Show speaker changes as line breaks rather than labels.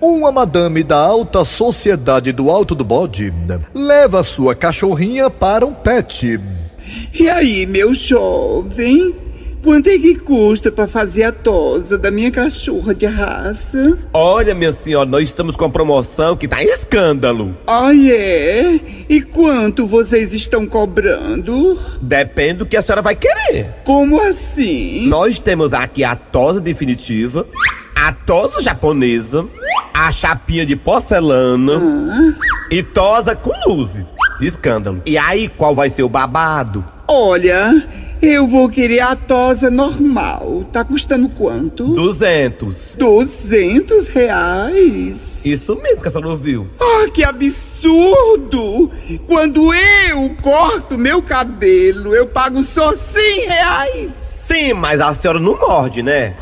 Uma madame da alta sociedade do Alto do Bode leva sua cachorrinha para um pet.
E aí, meu jovem? Quanto é que custa para fazer a tosa da minha cachorra de raça?
Olha, minha senhora, nós estamos com a promoção que tá em escândalo.
Ai, é? E quanto vocês estão cobrando?
Depende do que a senhora vai querer.
Como assim?
Nós temos aqui a tosa definitiva, a tosa japonesa, a chapinha de porcelana
Hã?
e tosa com luzes. Escândalo. E aí, qual vai ser o babado?
Olha, eu vou querer a tosa normal. Tá custando quanto?
200.
Duzentos reais?
Isso mesmo que a senhora ouviu.
Ah, que absurdo! Quando eu corto meu cabelo, eu pago só 100 reais.
Sim, mas a senhora não morde, né?